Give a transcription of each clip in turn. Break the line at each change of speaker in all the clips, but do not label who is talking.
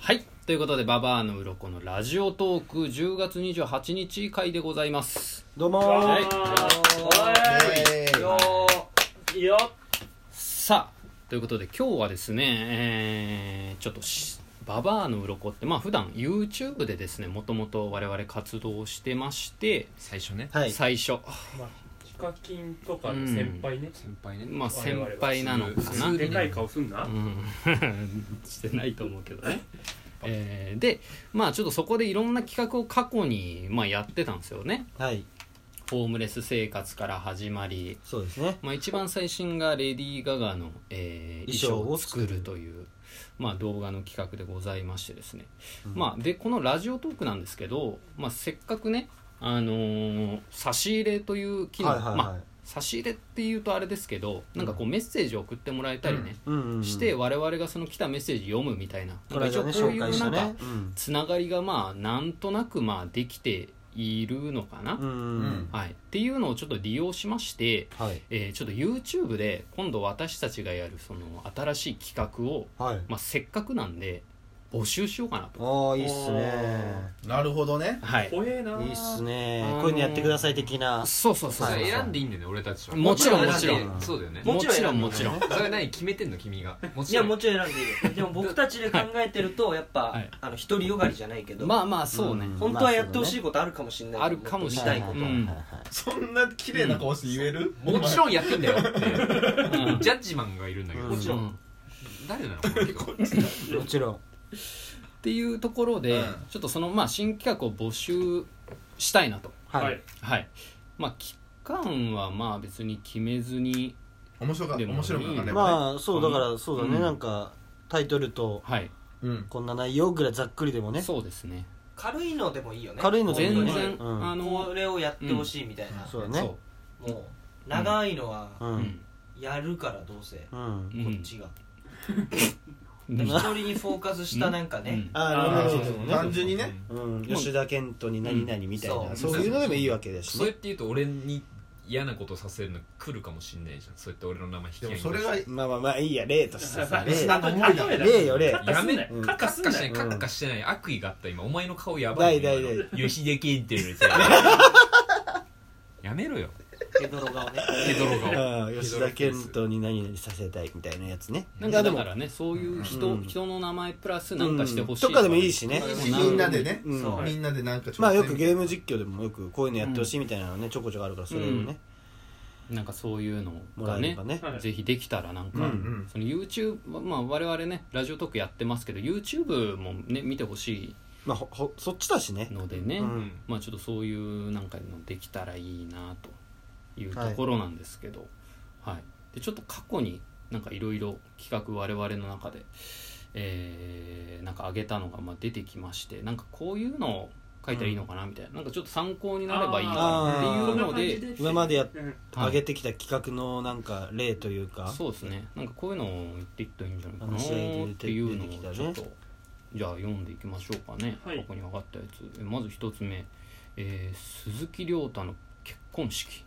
はい。ということで、ババアの鱗のラジオトーク10月28日会でございます。
どうもー
は
はいい
イエーイ
よーいいよ
さあ、ということで今日はですね、えーちょっとし、ババアの鱗って、まあ普段 YouTube でですね、もともと我々活動をしてまして、
最初ね
はい
最初、
まあヒカキンとかの先輩ね、
先輩ね
まあ先輩なのかな。
我々は
う
普
でかい顔すんな、
ん、 してないと思うけどね。えーで、まあちょっとそこでいろんな企画を過去に、まあ、やってたんですよね。
はい
ホームレス生活から始まり、
そうですね
まあ、一番最新がレディー・ガガの、えー
衣
衣
装
装
を
を
作
作
る
るという、まあ、動画の企画でございましてですね、
うん
まあ、でこのラジオトークなんですけど、まあ、せっかくね、あのー差し入れという機能、
はいはいはい、
まあ、差し入れっていうとあれですけどなんかこうメッセージを送ってもらえたりね、
うんうんうん
して我々がその来たメッセージ読むみたいな
こ
なん
れ
か一
じゃ
応
ね
こうい
紹
う
介し
な
た
んか
ねうん
つながりがまあなんとなくまあできているのかな、
うんうんうん
はい、っていうのをちょっと利用しまして、
はい
えーちょっと YouTube で今度私たちがやるその新しい企画を、
はい
まあ、せっかくなんで募集しようかなと。
ああいいっすね
なるほどね
はい、
怖えない
いっすね
あのー
こういうのやってください的な
そうそうそう
そ
そう、
れ選んでいいんだよね俺たちは
もちろんもちろ
ん
そうだよね
もちろんも
も
ち
ち
ろ
ろ
ん
それ何決めてんの君がも
いやも
ち
ちろん選んでいいよでも僕たちで考えてるとやっぱ、
はい
あの独りよがりじゃないけど、
まあまあそうね、
うん
本当はやってほしいことあるかもしれない、
あるかもしれない
見たいこ
う
と、
ん
そんな綺麗な顔して言える、
ろんもちろんやってんだよって
うん
ジャッジマンがいるんだけど
もちろ
うん
誰なのこの人
もちろん
っていうところで、
うん
ちょっとそのまあ新企画を募集したいなと
は
はいい
はいまあ期間はまあ別に決めずに
面白か
でも
面白くなかったね
まあそうだからそうだね
うん
なんかタイトルと
はい、
うん
こんな内容ぐらいざっくりでもね
そうですね
軽いのでもいいよね
軽いのでも
全
ね
然、
うん
あ
こ
の
れをやってほしいみたいな、
そうだね
そ
もう長いのは
う
う、うんん
やるからどうせ、こ
うん
うん
っちが
うん
一人にフォーカスしたなんか
う
ね
ん、
あ
あ
あなる
ー
ほ
そう
ど
そう
ね
単純にね
うん吉田健人に何々みたいな、
うん
そういうのでもいいわけだし
そう
ね
やって言うと俺に嫌なことさせるの来るかもしんないじゃんそうやって俺の名前引き
で
上
も
げ
それが
まあまあまあいいや例としてさ
さ
例
リスナーの思いだから
例よ例
やめ
うん
カッカしないカ
うん
ッカしてない悪意があった今お前の顔やばいよ
ないない
今の吉田健ってるさやめろよ
ヘドロ顔ね
ヘドロ顔
ああ吉田健人に何々させたいみたいなやつね
なん
いや
か
で
だ
も
からねそういう人、
うん
人の名前プラスなんかしてほしい、
うんとかでもいいしね
うん
みんなでね、
うん
そう
みんなでなんかちょっと
まあよくゲーム実況でもよくこういうのやってほしいみたいなのねちょこちょこあるからそれをね
なんかそういうの
もら
が
えれ
ね
ばね
はい
ぜひできたらなんか、
うん
うん
その YouTube、まあ、我々ねラジオトークやってますけど YouTube もね見てほし
まあほほそっちだしね
いのでね、
う
うんん
まあちょっとそういうなんかのできたらいいなというところなんですけど、はいでちょっと過去になんかいろいろ企画我々の中で、えーなんか上げたのがまあ出てきましてなんかこういうのを書いたらいいのかなみたいな、なんかちょっと参考になればいいかなっていうので
あー
今までやっ
うん
はい
上げてきた企画のなんか例というか
そうですねなんかこういうのを言っていくといいんじゃないかな
話し合いで
ーっていうの
出てきた
を
ね
ちょっと、じゃあ読んでいきましょうかね、
はい
ここに上がったやつえまず一つ目、えー鈴木亮太の結婚式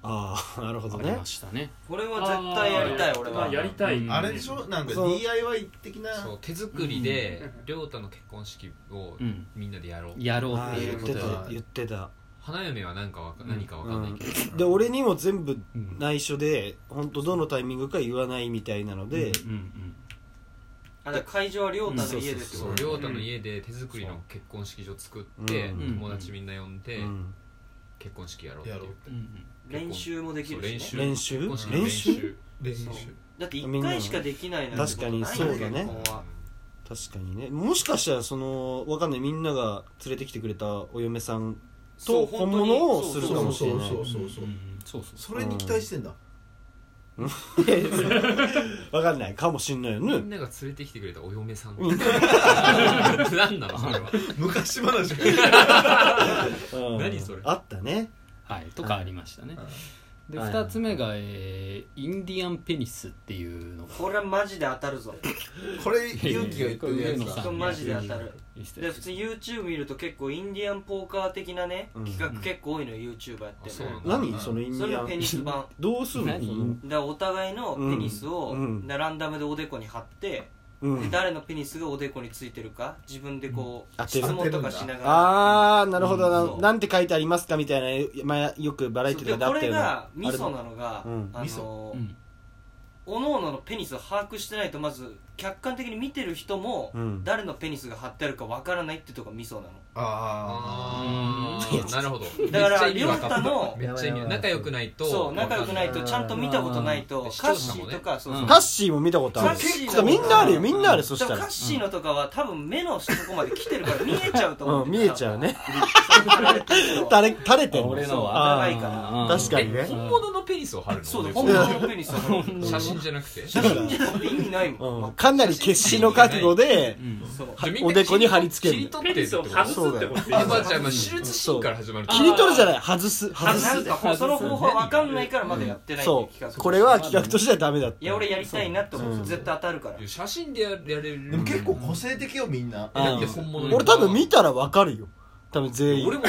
ああなるほど
あり
ね
ましたね
これは絶対やりたい俺
まあ
は
やりたい、
うん
あれでしょなんか
そう
DIY 的な
そう手作りで亮太の結婚式を
うん
みんなでやろう
やろう
あ
っ
あ
てい
言
う
っ
こ
て
と
た
で
言ってた
花嫁は何かわか
うん
何かわかんないけど
で俺にも全部
うん
内緒で本当どのタイミングか言わないみたいなので
うんうん
あだから会場は亮太の家でって
そ
こ
う
と
亮太の家で手作りの結婚式場作って
うん
友達みんな呼んで
うん
結婚式やろうって
やろう
うんうん
練習もでき
そう
るし、ね、
練習
練習
結婚式の
練習
練習
だって1回しかできないなんてことないよ
確かにそうだね
結婚は
確かにねもしかしたらそのわかんないみんなが連れてきてくれたお嫁さん
そう
本物を
本当に
する
そ
か
う
もし
そ
れ
う
ない
そうそうそう
うんうんそうそう
それに期待してんだ
わかんないかもしんないよ
みん
ね
なが連れてきてくれたお嫁さん
うん
何なのそれは
昔話が
うん
何それ
あったね
はいとかありましたね、で
はい
二つ目が、えーインディアンペニスっていうのが
これはマジで当たるぞ
これ勇気が言ってるやつ
いやいや
だ
これマジで当たるで普
普
通に YouTube 見ると結構インディアンポーカー的なね
うん
企画結構多いの YouTuber やって
あそ
る
うなんだ
何そのインデ
それ
ィア
のペニス
ン
版
どうするの
何
その
だからお互いのペニスを
うん
ランダムでおでこに貼って
うん
誰のペニスがおでこについてるか自分でこ
当
う
て
質
る
問とかしながら
あーなるほどな、
うん
なんて書いてありますかみたいな前よくバラエテ
そ
ィと
うで
かであ
こ
った
れ
よ
が
ね
ミソ
あ
なのが
うん
あ
ミソ
のおのおののペニスを把握してないとまず客観的に見てる人も
うん
誰のペニスが張ってあるかわからないってとこがミソなの
あ
あ
ー
あなるほど
だから
めっちゃ意味わかった
亮太の
めっちゃ意味仲良くないと
そう仲良くないとちゃんと見たことないと
うん
カッシーとかそう
う
そ
ん
れ
う
カッシーも見たことある
カッシー
てかみんなあるよみんなあるそ
で
した
もカ
ら
ッシーのとかは多分目のとこまで来てるから見えちゃうと思う
うん見えちゃうね
だ
垂れ垂れてんの
俺の
あ
は
長いから
ー確かにね
え本物のペニスを貼るの
そうだ
で
本物のペニスは本物
写真じゃなくて
だから
意味ないもん
うんかなり決死の覚悟で
うん
そう
じゃあみんな
おでこに貼り付ける
切り取
ペ
っ
ニ
てる
スを
ってこと
外すってこと
あまあじゃあまあ手術シーンから始まる
切り取るじゃない外す外
な
す
んかその方法わかんないからまだやってないって
そ
企画
うこれは企画としてはダメだって
いや俺やりたいなって思
う
うん絶対当たるから
写真でやれ
ー
る
でも結構個性的よみんな
うん
いや本物
俺多分見たらわかるよ多分全員
俺もわ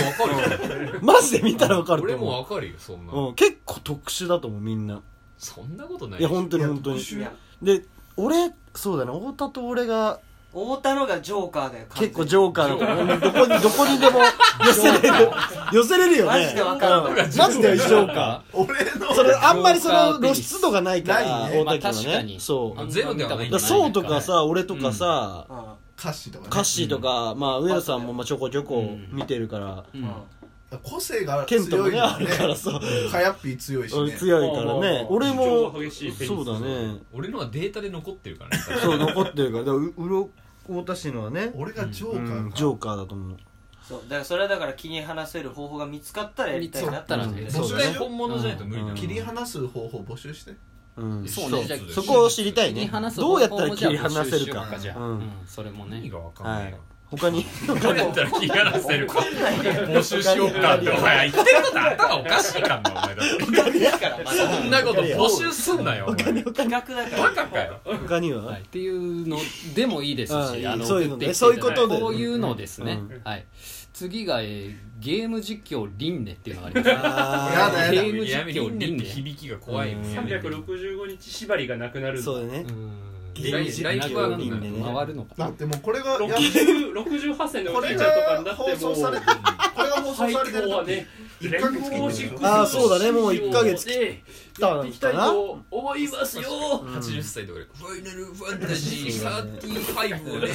かるよ
マジで見たらわかると
俺も
思
わかるよそんな
ううん結構特殊だと思うみんな
そんなことない
いや本当に
いや
本当に
特殊
いや
で俺そうだね太田と俺が
太田のがジョーカーだよ
結構
完
ジョーカーのどこにどこにでも寄せれる寄せれるよね
マジでわかる
うんマジでジョーカ
俺の
ー それあんまりその露出度がないから
ないね
大竹
まあ
の
確か
ね
に
そう
あんま
ゼロではない
だ
見
か
た
ら
こ
そうと
ないから
かさ俺とかさ
全うん
歌詞とかね
カッシーとかまあ上田さんもまあちょこちょこ見てるから
う
うんん
個性が
ケントも
強い
ねあるからさ
かやっぴー強いし
うん
ね
強いから
まあまあ
ね
まあ
俺も
主張が激しいペニス
そうだね
俺のはデータで残って るからね
そう残ってるからだからううろ太田氏のはね
俺がジョ
う
ーカー
ん
か
ジョーカーだと思う
そうだからそれはだから気に話せる方法が見つかったらやりたいな
見つかったらね
絶対本物じゃないと無理だ
う
よ
ん
切り離す方法募集して
うん
そうねじゃあ
そこを知りたい
切り
ね
離す
ど
方
うやった
法
ら
もじゃあ
切り離せる
募集しよう
か
かじゃあ
うん
うんそれもね
意味がわかん
は
ない
い
よ
他に
どうやったら切り離せるか募集しようかってお前言ってること頭おかしいかんなお前だって
だからまだ
そんなこと募集すんなよお前
企画だから
バカかよ
他には、
はい、っていうのでもいいです
ああいい
し、あの
そういうの
送っ
ね
てただ
そういうこと
て
で
こういうのですね。
うん
はい。次が、えーゲーム実況輪廻っていうのがあります。
あ
やだ
ゲ
や
ーム実況
って
輪廻。
響きが怖いよ
うん
365日縛りがなくなる
だそうだね
う、ん
ゲーム実況輪廻ね
回るのか
だ
な。
ってもうこれがや
60 68歳のお
こ
じ
れ
いちゃんとかにな
が
って
放送
も
されてこれが放送されてる
はね
時一ヶ月
連合シックス
あーそうだねもう一ヶ月
で
たのかな
やっていきたいと思いますよ
80歳とかで「ファイナルファンタジー35」をね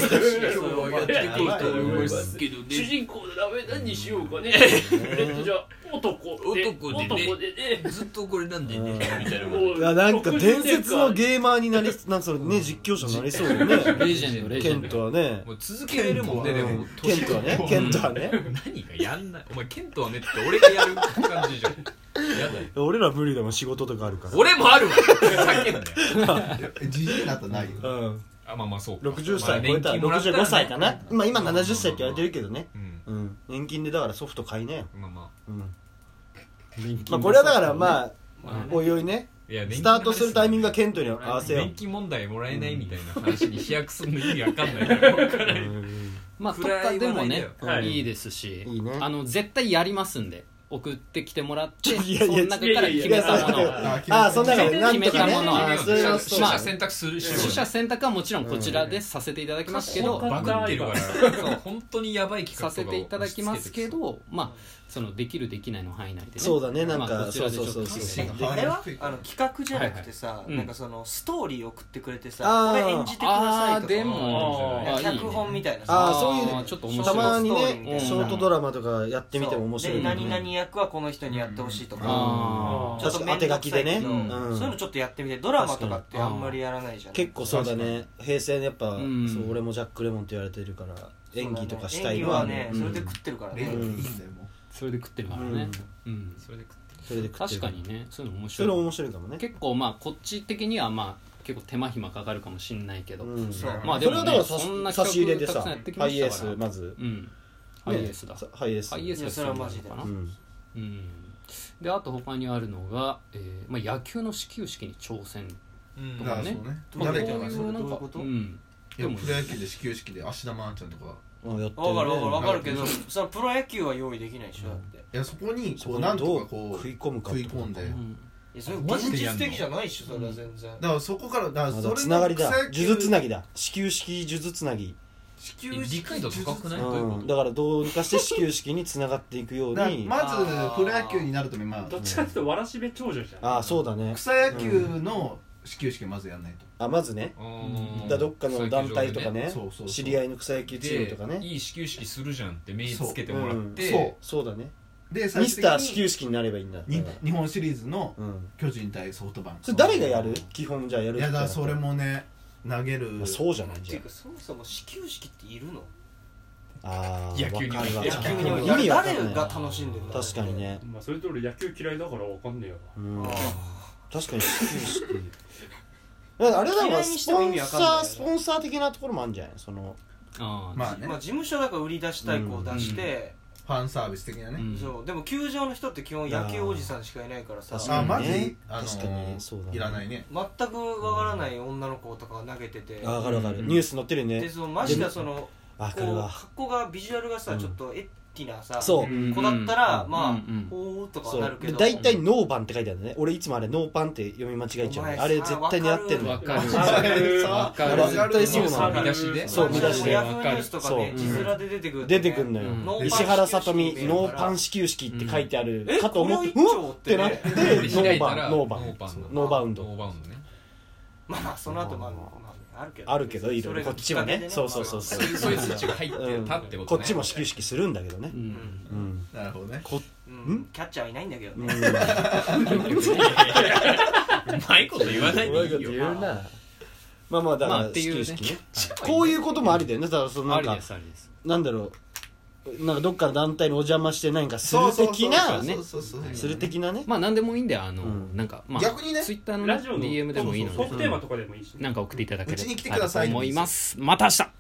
そう
やっていこうと思いますけどね
主人公の名前何にしようかねえっとじゃあ男で
男でね
男でね
ずっとこれなんでねみたいな
もう
いやなんか伝説のゲーマーになりなんかそれね実況者になりそうだよね
レジェンド、レジ
ケ
ェン
ン
ド。
トはね
もう続けれるもんねでも
ケントはねケントはね
何がやんないお前ケントはねって俺がやる感じじゃんやだよ
俺ら無理だもん仕事とかあるから
俺もあるわ叫んだよ
じじいになったらないよ
うん、
あまあまあそうか
60歳
まあ
超えたら
年金もらったら
65歳かな、まあ、今70歳って言われてるけどね、
うん
うん、年金でだからソフト買いなよ、
まあま
うん
年金
まあ、これはだからまあ
まあね
おいおいね
あいや
スタートするタイミングがケントに合
年金
わせよ
年金問題もらえないみたいな話に飛躍するの意味わかんないから
う、うん
まあ、と
暗
か
い話題
でも
だ
ね
よ、
はい
いいですし
いいね、
あの、絶対やりますんで、送ってきてもらって、
ちょい
そ
やいや
の中から決めたも
いやいやい
の
や
を。
あ
ああそんなのなんとか
決
ね
めたもの
あーそれは
取
そう
まあ
捨選択するし
取捨選択はもちろんこちらでさせていただきますけど、
バグってるからそう本当にやばい企
さ
画とか
せ
を
ていただきますけ
押し
ど、まあ、そのできるできないの範囲内で、ね、
そうだねなんか
まあこちらでちょっと
そうそうそう
そう
ね
あれはあの企画じゃなくてさ
いはい
なんかそのストーリー送ってくれて
あ
さ
ー
これ演じてくださ
あ
い
ー
と
で
か
も
あ
あいいね
脚本みたいな
あ
さ
あそういう
あ
ね
ーちょっと面白
た
い
まに
ストーリーみたい
ね
な
ショートドラマとかやってみても面白い
そう
よ
で
ね
何々役はこの人にやってほしいとか
あ
ちょっと面倒くさいけど
ちょっと面倒くさいけど
うん
そういうのちょっとやってみてドラマとかってあんまりやらないじゃん
結構そうだね平成のやっぱ、
うん
そう俺もジャック・レモンって言われてるから演技とかしたい
演技
の
は
は
ね
うん
それで食ってるから
レイいい
ね
んだよも
それで食ってるからね、うん
てそれで食って
それで食っ
確
てる
かにねそういうの面
それ
白い
面白いかもね
結構まあこっち的にはまあ結構手間暇かかるかもしれないけど、
うん
そう
まあで
それ
も、ね、
はだから
そ
さ
んな
差し入れで
企画たくさんや
さ
ってき
ハ
ま
イエー
したか
ス
ら
まず
うんハイエースだ、
ねハイエース
ハイエースが
いやそれはマジで
そうなの
う
かな、
ん
うん、であと他にあるのが、えーまあ、野球の始球式に挑戦
うん
う
だからね
そうね誰か
こう
が
い
そうう
なん
どうい
か
うこと
ん
いやプロ野球で始球式で芦田愛菜ちゃんとか
あやって
わかるわかるわ
ね
かるけどそのプロ野球は用意できないでしょだって
いやそこに
そ
こ
こ
う
に
なん
ど
と
う
かこう
食い込むか
食い込んで
うん
いやそれ
マジ
現
でやん
実
の
的じゃないっしょそれは全然
だからそこからだか
ま
らそれ
だ
の
つながりだ
草野
数
球
珠つなぎだ子宮式数珠つなぎ、
子宮式
理解度高くないどういうこ
う
と
ん、だからどうにかして子宮式につながっていくよう
だから
に
まずプロ野球になるとねま
どっ
あ
ちかというとわらしべ長女じゃん
ああそうだね
草野球の始球式まずやんないと、
あまずね
うん
だどっかの団体とかね
そうそうそう
知り合いの草野球チームとかね
いい始球式するじゃんって名つけてもらっ
うん
て
そう
そうだね
で最
ミ
終
ス
的に
ター始球式になればいいんだ
に日本シリーズの
うん
巨人対ソフトバンク
それ誰がやる基本じゃあやる
いやだからそれ、もね投げる、
まあ、そうじゃない
っ
じ
てい
ゃ
うかそもそも始球式っているの
ああー
野球に
わかるわ
野
野球において
意味わかん
誰
ない
が楽しんでるの
確かにね
まあそれと俺野球嫌いだからわかんねえよ
うん
あ
確かに始球式 だからあれだも
嫌
ん
いにし
ス
ても
ポ
意
ン
味わ
サ
かんないよ
ー
ね
スポンサー的なところもあるんじゃないその
ああ
まあね、
まあ事務所だから売り出したい子を出して、
ファンサービス的なね、
うん
そうでも球場の人って基本野球おじさんしかいないからさ
確
あ
かに
マジ
ね
あの
確かにそうだね
いらないね
全くわからない女の子とかが投げてて、
あわかるわかる、
うん
ニュース載ってるよ
で
ね
そのマジでその
わか
こ
る
う
わ
格好がビジュアルがさ、
うん
ちょっとエッティなさ
そう
子だったら、
うん
まあ、
うん
ほーとか
そ
はなる
う
け
で
ど
大体ノーバンって書いてあるんだね俺いつもあれノーパンって読み間違えちゃうの
お前
あれ絶対にやってんの
わ
よ
かる
わかる
わか
あ
る
れ絶対そうな
さ
の
見出しで
そう見出しで
ヤフーニュースとかね
そう
字面で出てくる、
出てくんの
よ
よ、
うん
ノーパン
石原さとみ
始球式
ノーパン始球式って書いてある
え
かと思って
これ
う
は一丁
わっ
ってて
な
ね
ってノ
開
ー
い
バ
た
ン
ら
ノーバン
ノーバン
そうノーバウン
ノ
ド
ーバウンドね
まあまあその後まあ、まあ、あるけど
あるけどいろいろ
それが
こっちはね
きかけで
そうそうそうそう
まあ
そういうスイッチが入ってたってこと
こ
ね
っちも始球式するんだけどね
う、ん
うん
なるほどね
うん、キャッチャーはいないんだけど
う
ね、
ん
うまいこと言わない
怖い
で
こ
いい
と
よ
言うなまあまあだか
ま
ら
あっていうね
始球式ねこういうこともありだよねだからそのな
あ
ん
り
か
ですありです
なんだろうなんかどっかの団体にお邪魔して何かする的な
ね
する的なね
まあ何でもいいんであの、
うん
なんかまあ
逆にね
ツイッターの、ね、
ラジオの
DM でもいいので
そうそうそうトークテーマとかでもいいしね
なんか送っていただけれ
うちに来て
ば
ください
と思いますまた明日